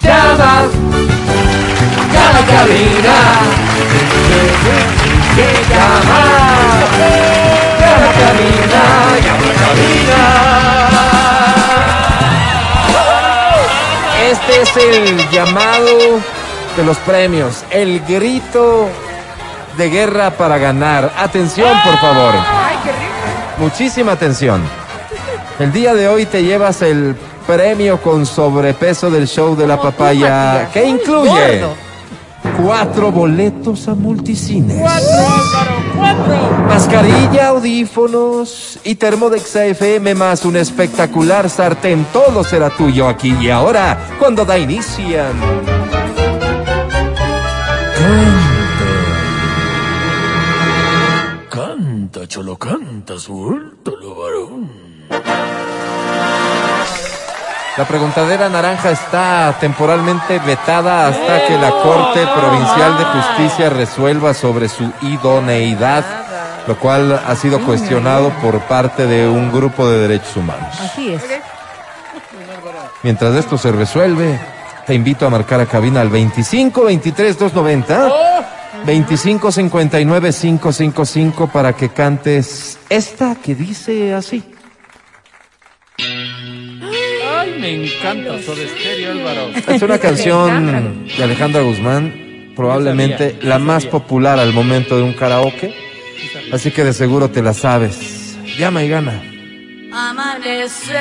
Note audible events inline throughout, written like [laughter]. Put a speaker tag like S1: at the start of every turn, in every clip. S1: cosas. Cada cabina. Este Que llama. Cada cabina. Cada cabina. Este es el llamado de los premios. El grito de guerra para ganar. Atención, por favor. Muchísima atención. El día de hoy te llevas el premio con sobrepeso del show de la
S2: Como tú,
S1: papaya,
S2: Matías.
S1: que
S2: Uy,
S1: incluye
S2: gordo.
S1: cuatro boletos a multicines,
S2: Cuatro, Álvaro, cuatro.
S1: mascarilla, audífonos y termo de XFM más un espectacular sartén. Todo será tuyo aquí y ahora cuando da inician.
S3: Canta, cholo, canta, suéltalo, varón.
S1: La preguntadera naranja está temporalmente vetada hasta que la Corte Provincial de Justicia resuelva sobre su idoneidad, lo cual ha sido cuestionado por parte de un grupo de derechos humanos.
S2: Así es.
S1: Mientras esto se resuelve, te invito a marcar a cabina al 25 23 290 25 59 555 para que cantes esta que dice así.
S4: Ay, me encanta Soda Stereo, Álvaro.
S1: Es una
S2: Alejandra.
S1: canción de Alejandra Guzmán, probablemente
S4: Yo sabía, yo
S1: la más
S4: sabía.
S1: popular al momento de un karaoke, así que de seguro te la sabes. Llama y gana.
S5: Amanecer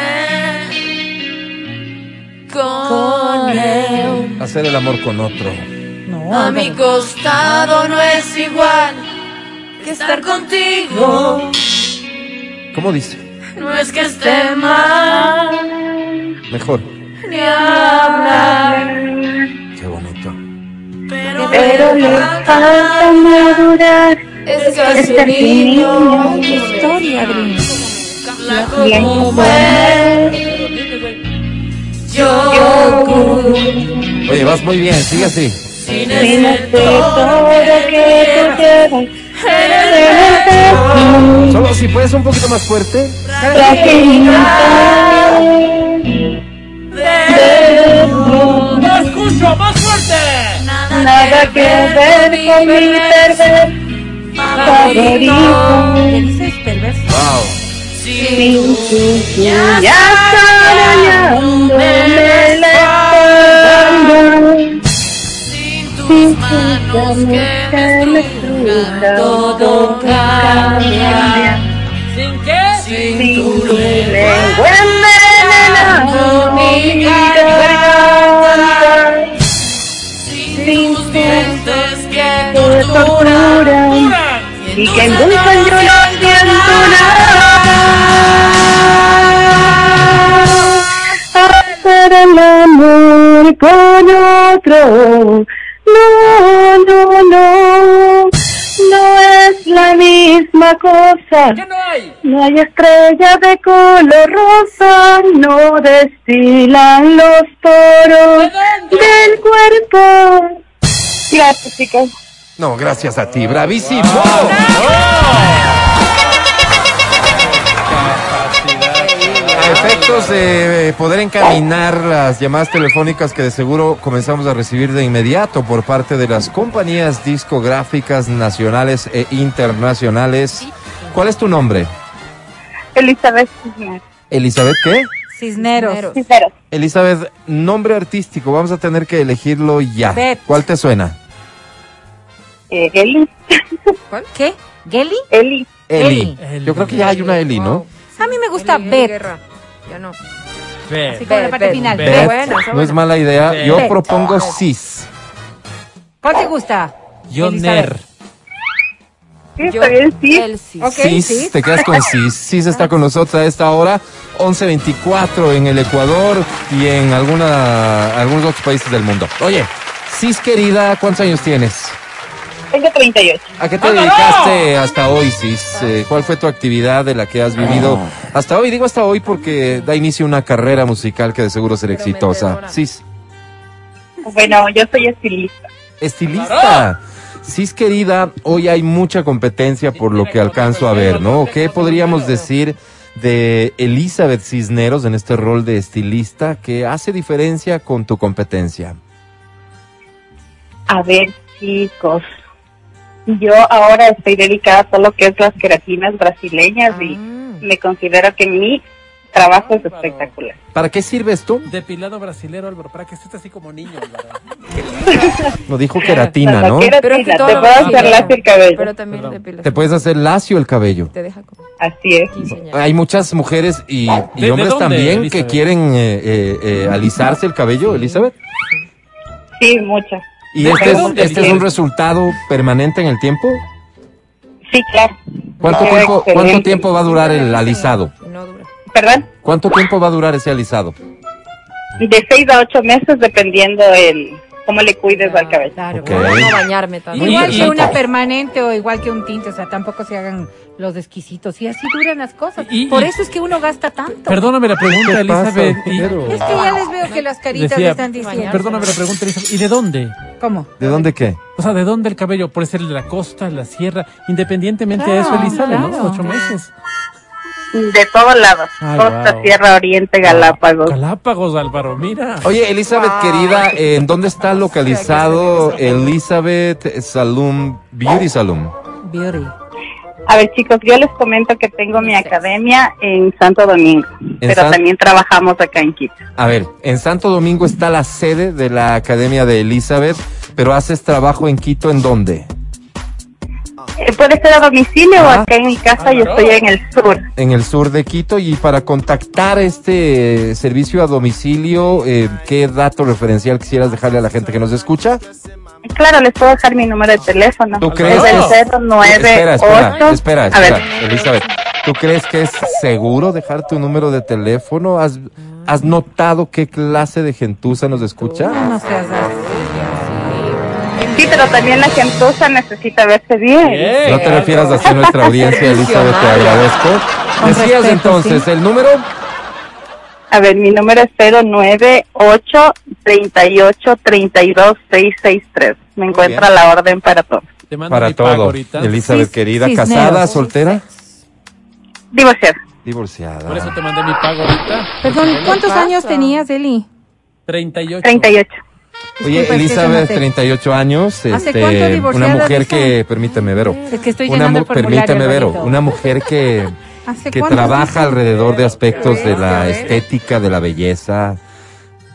S5: con él.
S1: Hacer el amor con otro.
S2: No,
S5: A mi costado no es igual que estar contigo.
S1: ¿Cómo dice?
S5: No es que esté mal
S1: Mejor.
S5: ni hablar,
S1: Qué bonito.
S5: pero, pero lo es casi un niño.
S2: qué historia, Green.
S5: La como fue. Yo
S1: Oye, vas muy bien, sigue así.
S5: sin ese todo que te
S1: Solo si puedes un poquito más fuerte.
S4: ¡No escucho! ¡Más fuerte!
S5: Nada que ver con mi perder favorito.
S2: ¿Qué dices, perverso?
S1: Wow.
S5: Ya está me Sin tus manos que destruyan todo cambia.
S4: ¿Sin qué?
S5: Sin tu lengua envenenando mi garganta. Sin tus dientes que torturan
S4: ¡Pura!
S5: y que endulzan yo no siento nada.
S6: hacer el amor con otro. No, no, no, no es la misma cosa.
S4: ¿Qué no hay?
S6: No hay estrella de color rosa, no destilan los poros del cuerpo. Gracias, chicos.
S1: No, gracias a ti. Bravísimo. A efectos de eh, poder encaminar las llamadas telefónicas que de seguro comenzamos a recibir de inmediato por parte de las compañías discográficas nacionales e internacionales. ¿Cuál es tu nombre?
S6: Elizabeth
S1: Elizabeth, ¿qué?
S2: Cisneros.
S6: Cisneros.
S1: Elizabeth, nombre artístico, vamos a tener que elegirlo ya.
S2: Bet.
S1: ¿Cuál te suena?
S6: Eh, Eli.
S2: ¿Cuál? ¿Qué? ¿Gelly?
S6: Eli.
S1: Eli.
S4: Eli.
S1: Yo creo que ya hay una Eli, ¿no?
S2: A mí me gusta Bet.
S7: Yo no.
S4: Ve.
S2: Con la parte final.
S4: Bet.
S1: Bet.
S2: Bet.
S7: Bueno, está
S1: no es
S7: bueno.
S1: mala idea.
S4: Bet.
S1: Yo
S2: Bet.
S1: propongo Cis.
S2: ¿Cuál te gusta?
S4: Joner.
S6: Sí, está bien, sí.
S7: Él sí.
S2: Ok,
S1: Cis,
S2: sí.
S1: te quedas con Cis. Cis está con nosotros a esta hora, 11.24 en el Ecuador y en alguna, algunos otros países del mundo. Oye, Cis querida, ¿cuántos años tienes?
S6: Tengo 38.
S1: ¿A qué te dedicaste hasta hoy, Cis? Eh, ¿Cuál fue tu actividad de la que has vivido hasta hoy? Digo hasta hoy porque da inicio una carrera musical que de seguro será exitosa.
S7: Prometedora.
S1: Cis,
S6: Bueno, yo soy estilista.
S1: estilista. Cis querida, hoy hay mucha competencia por lo que alcanzo a ver, ¿no? ¿Qué podríamos decir de Elizabeth Cisneros en este rol de estilista que hace diferencia con tu competencia?
S6: A ver, chicos. Yo ahora estoy dedicada a todo lo que es las queratinas brasileñas y
S5: Ah.
S6: me considero que mi trabajo es espectacular.
S1: ¿Para qué sirves tú?
S7: Depilado brasilero, Álvaro, para que estés así como niño,
S2: [laughs]
S7: Álvaro.
S1: Lo
S7: [laughs]
S1: dijo queratina,
S6: Las
S1: ¿no?
S6: queratinas,
S5: Pero es que
S6: te
S5: todo lo
S6: puedo hacer
S5: brasileño.
S6: lacio el cabello.
S5: Pero también
S7: Perdón.
S5: depilas.
S1: Te puedes hacer lacio el cabello.
S5: Te deja como
S6: Así es.
S5: quinceañera.
S1: Hay muchas mujeres y, y
S7: ¿De- de
S1: hombres
S7: dónde,
S1: también
S7: Elizabeth?
S1: que quieren eh, eh, eh, alisarse el cabello, Elizabeth.
S6: Sí, muchas.
S1: Y
S7: ¿De
S1: este es,
S7: dónde,
S1: este es un
S6: Elizabeth?
S1: resultado permanente en el tiempo.
S6: Sí, claro.
S1: ¿Cuánto
S6: Qué
S1: tiempo, cuánto
S6: excelente.
S1: tiempo va a durar el alisado?
S5: Y no dura.
S6: Perdón.
S1: ¿Cuánto tiempo va a durar ese alisado?
S6: De seis a ocho meses, dependiendo el cómo le cuides
S5: Ah.
S6: al cabello.
S5: Claro,
S1: Ok.
S5: no, no bañarme
S7: Muy
S5: también.
S2: Igual que
S7: interesante.
S2: una permanente o igual que un tinte, o sea, tampoco se hagan los exquisitos. Y así duran las cosas.
S7: Y- y-
S2: Por eso es que uno gasta tanto.
S7: Perdóname la pregunta,
S1: ¿Qué pasa,
S7: Elizabeth. y-
S1: Pedro?
S2: Es que ya les veo que las caritas
S7: Decía-
S2: le están diciendo.
S7: Perdóname la pregunta, Elizabeth. ¿Y de dónde?
S2: ¿Cómo?
S1: ¿De dónde qué?
S7: O sea, ¿de dónde el cabello? Puede ser de la costa, la sierra, independientemente de eso,
S2: Claro,
S7: Elizabeth,
S2: claro.
S7: ¿no? Ocho meses.
S6: De todos lados.
S7: Ay,
S6: Costa,
S7: wow.
S6: Tierra, Oriente, Galápagos.
S7: Galápagos, Álvaro, mira.
S1: Oye, Elizabeth, querida, eh, ¿en dónde está localizado Elizabeth Salum, Beauty Salum?
S2: Beauty.
S6: A ver, chicos, yo les comento que tengo mi academia en Santo Domingo, pero
S1: San-
S6: también trabajamos acá en Quito.
S1: A ver, en Santo Domingo está la sede de la Academia de Elizabeth, pero haces trabajo en Quito, ¿en dónde?
S6: Eh, puede ser a domicilio o
S1: Ajá.
S6: acá en mi casa, yo estoy en el sur.
S1: En el sur de Quito y para contactar este eh, servicio a domicilio, eh, ¿qué dato referencial quisieras dejarle a la gente que nos escucha?
S6: Claro, les puedo dejar mi número de teléfono.
S1: ¿Tú
S6: Es
S1: crees
S6: el
S1: que es- Eh, espera,
S6: 098.
S1: espera, espera,
S6: A ver,
S1: espera, Elizabeth. ¿Tú crees que es seguro dejar tu número de teléfono? ¿Has, has notado qué clase de gentuza nos escucha?
S2: No seas así.
S6: sí, pero también la gentuza necesita verse bien.
S7: Bien.
S1: No te refieras así a nuestra audiencia, Elizabeth, te agradezco.
S2: Con
S1: Decías
S2: respeto,
S1: entonces, el número
S6: A ver, mi número es 098 38 32 663. Me encuentro a la orden para todo.
S7: Te mando
S1: para
S7: mi pago
S1: todo.
S7: ahorita.
S1: Elizabeth,
S2: Cis-
S1: querida,
S2: Cisneros.
S1: casada, soltera,
S6: Divorciar.
S7: Por eso
S1: divorciada.
S7: te mandé mi pago ahorita.
S2: Perdón, ¿cuántos años tenías, Eli?
S7: 38.
S6: 38.
S2: Ah,
S1: Oye,
S2: Disculpa, es que
S1: Elizabeth,
S2: eso no te-
S1: 38 años,
S2: ¿Hace
S1: este,
S2: cuánto
S1: una
S2: divorciada
S1: mujer
S2: de
S1: que,
S2: esa?
S1: permíteme, Vero,
S2: Es que estoy
S1: una
S2: llenando
S1: mu-
S2: el formulario.
S1: permíteme, Vero,
S2: Alvarito.
S1: una mujer que,
S2: ¿Hace
S1: que
S2: cuántos
S1: trabaja
S2: dices?
S1: alrededor de aspectos de
S5: ves, ya
S1: la
S5: ves.
S1: estética, de la belleza,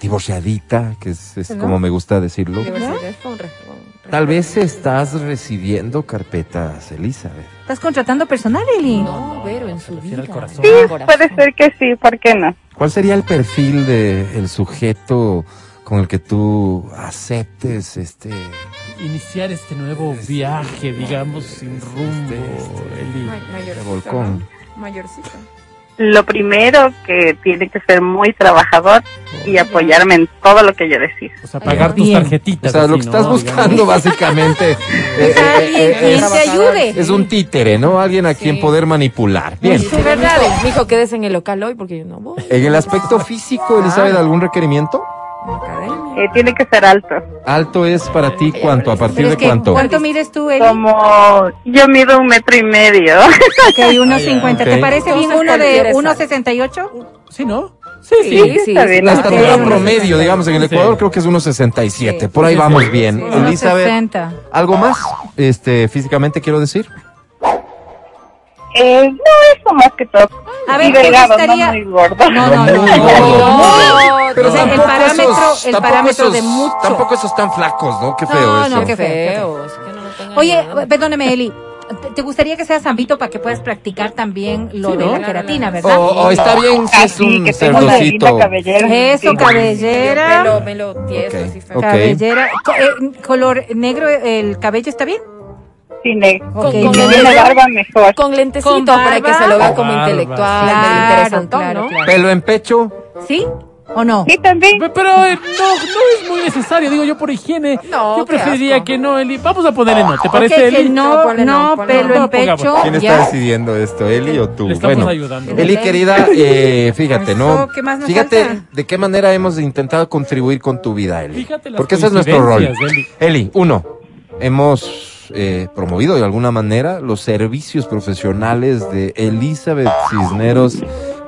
S1: divorciadita, que es, es como me gusta decirlo.
S5: Universidad con re- con
S1: Tal vez
S5: re-
S1: estás recibiendo carpetas, Elizabeth.
S2: ¿Estás contratando personal, Eli?
S1: Eh,
S5: No, pero en su vida.
S7: refiere al corazón.
S5: en
S6: Sí,
S5: su
S6: puede ser que sí, ¿por qué no?
S1: ¿Cuál sería el perfil del sujeto con el que tú aceptes este...
S7: Iniciar este nuevo viaje, digamos, sin rumbo, Eli.
S5: Ma- mayorcita,
S1: Revolcón.
S5: ¿no? Mayorcita.
S6: Lo primero que tiene que ser muy trabajador y apoyarme en todo lo que yo decida.
S7: O sea, pagar Pues, tus
S2: Bien.
S1: O
S7: tarjetitas.
S1: sea, lo que
S7: así,
S1: estás
S7: ¿no?
S1: buscando básicamente eh, eh,
S2: Es alguien
S1: eh,
S2: quien
S1: es,
S2: te ayude.
S1: es un títere, ¿no? Alguien a quien
S5: Sí.
S1: poder manipular. Bien.
S5: Sí, verdad. Mijo, quédese en el local hoy porque yo no voy.
S1: En el aspecto físico, Elizabeth, ¿algún requerimiento?
S5: Academia.
S2: Ah.
S6: Eh, tiene que ser alto.
S1: Alto es para ti cuánto, a partir
S2: Eh, Pero es
S1: de
S2: que,
S1: cuánto.
S2: ¿Cuánto mides tú, Eli?
S6: Como yo mido un metro y medio.
S2: Que hay unos 50.
S1: Ok.
S2: ¿Te parece bien
S5: Entonces,
S2: uno de
S5: cualquiera
S2: 1,68?
S7: Sí, ¿no?
S5: Sí,
S6: [laughs]
S5: sí,
S6: está bien.
S1: La estatura
S2: Sí.
S1: promedio, digamos, en el
S7: Sí.
S1: Ecuador creo que es 1,67.
S5: Sí.
S1: Por ahí
S7: Sí,
S1: vamos
S7: sí,
S1: bien.
S5: sí.
S1: Elizabeth,
S2: 1,60.
S1: ¿algo más? Este, físicamente quiero decir.
S6: Eh, no, eso más que todo.
S2: A
S6: Y
S2: ver, ¿te
S6: delgado, no
S2: gustaría...?
S6: muy gordo.
S2: No, no, no.
S1: muy gordo.
S5: No,
S1: Pero
S5: no,
S2: sea, el
S1: tampoco
S2: parámetro-
S1: esos-
S2: el
S1: tampoco
S2: parámetro
S1: esos-
S2: de mucho.
S1: Tampoco esos tan flacos, ¿no? Qué feo
S2: No,
S1: eso.
S2: no, qué
S5: feos, que no lo tengan
S2: Oye,
S5: nada.
S2: perdóname, Eli. ¿te- ¿Te gustaría que seas ambito para que puedas practicar también lo de la queratina,
S1: O,
S2: verdad?
S1: o está bien si Oh, es
S6: Así
S1: un
S6: que tengo la
S1: cerdocito.
S6: linda cabellera.
S2: Eso,
S6: Sí.
S2: cabellera.
S5: Yo me lo, me lo tieso,
S1: Ok,
S5: así feo.
S1: ok.
S2: Cabellera. Co- eh, ¿Color negro el cabello está bien?
S6: Sí, negro.
S2: Ok.
S5: con
S6: Y si
S5: lente-
S6: tiene barba, mejor.
S5: Con lentecito
S2: Con
S5: para que
S2: barba.
S5: se lo vea como
S7: Barba,
S5: intelectual,
S2: sí.
S5: medio
S2: Claro,
S5: interesantón,
S2: claro,
S5: ¿no?
S2: claro.
S1: Pelo en pecho.
S2: ¿Sí o no?
S6: Sí, también.
S7: Pe- Pero eh, no, no es muy necesario. Digo, yo por higiene,
S5: No,
S7: yo
S5: qué
S7: preferiría
S5: asco.
S7: que no, Eli. Vamos a ponerle no. ¿Te
S2: Ok,
S7: parece,
S2: que
S7: Eli?
S5: No,
S2: no,
S5: ponle
S2: no,
S5: no, ponle
S2: pelo
S7: no.
S2: en pecho.
S7: Pongamos.
S1: pues. ¿Quién está
S2: ya.
S1: decidiendo esto, Eli o tú?
S7: Le estamos
S1: bueno,
S7: ayudando.
S1: Eli querida,
S2: [laughs]
S1: eh, fíjate, ¿no?
S2: Eso, ¿qué más nos
S1: fíjate
S2: falta?
S1: de qué manera hemos intentado contribuir con tu vida, Eli.
S7: Fíjate las
S1: Porque ese es nuestro rol.
S7: coincidencias, Eli.
S1: uno, hemos eh, promovido de alguna manera los servicios profesionales de Elizabeth Cisneros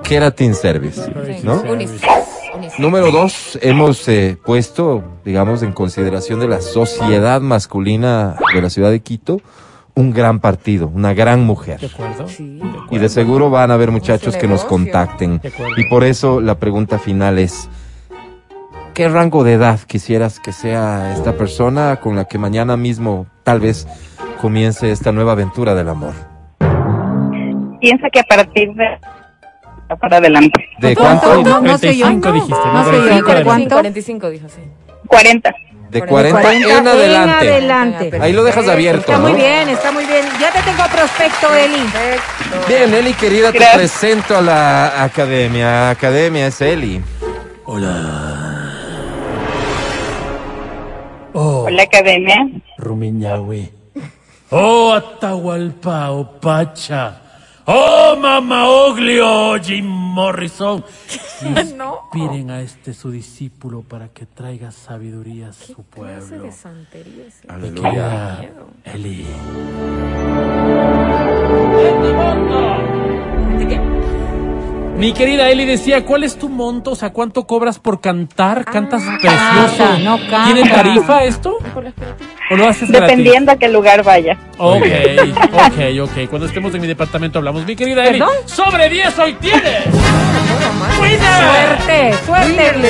S1: Keratin Service,
S7: Ay,
S1: ¿no?
S7: sí, sí.
S5: Unisex.
S1: Número dos, hemos eh, puesto, digamos, en consideración de la sociedad masculina de la ciudad de Quito, un gran partido, una gran
S7: ¿De
S1: mujer.
S7: acuerdo?
S5: Sí.
S1: Y de seguro van a haber muchachos que nos
S5: negocio.
S1: contacten.
S7: De acuerdo.
S1: Y por eso la pregunta final es, ¿qué rango de edad quisieras que sea esta persona con la que mañana mismo tal vez comience esta nueva aventura del amor?
S6: Piensa que a partir de para adelante.
S1: ¿De
S2: ¿Cuánto?
S1: cuánto?
S2: No, no sé yo.
S7: 35 dijiste,
S2: No
S7: ¿no?
S2: sé yo. ¿De
S7: 45
S2: cuánto?
S5: 45 dijo, sí.
S6: 40.
S1: De 40 en adelante. pues.
S2: adelante.
S1: Ahí lo dejas abierto.
S2: Está muy
S1: ¿no?
S2: bien, está muy bien. Ya te tengo prospecto, Eli.
S1: Bien, Eli querida, te
S6: Gracias.
S1: presento a la academia. Academia es Eli.
S3: Hola. Oh,
S6: Hola, academia.
S3: Rumiñahui. Oh, Atahualpa, oh, Pacha. Oh, Mama Oglio, Jim Morrison.
S5: [laughs] No.
S3: Inspiren a este su discípulo para que traiga sabiduría a su pueblo.
S5: de santería es esa?
S3: Querida Eli.
S7: Mi querida Eli decía, ¿cuál es tu monto? O sea, ¿cuánto cobras por cantar? ¿Cantas
S5: Ah.
S7: precioso?
S2: canta, no canta.
S7: ¿Tiene tarifa esto? ¿O lo haces gratis?
S6: Dependiendo a qué lugar vaya.
S7: Ok, ok, ok. Cuando estemos en mi departamento hablamos. Mi querida Eli,
S2: ¿Perdón?
S7: sobre 10 hoy tienes.
S2: Suerte, suerte, Eli.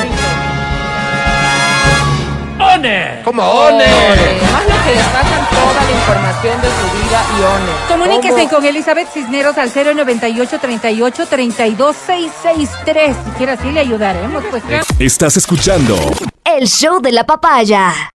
S7: ¡One!
S1: ¡Como One!
S5: Además, los que le sacan toda la información de su vida y one.
S2: Comuníquese
S5: ¿Cómo?
S2: con Elizabeth Cisneros al 098 38 32 663. Si quiere así le ayudaremos, pues.
S8: Estás escuchando
S9: El show de la papaya.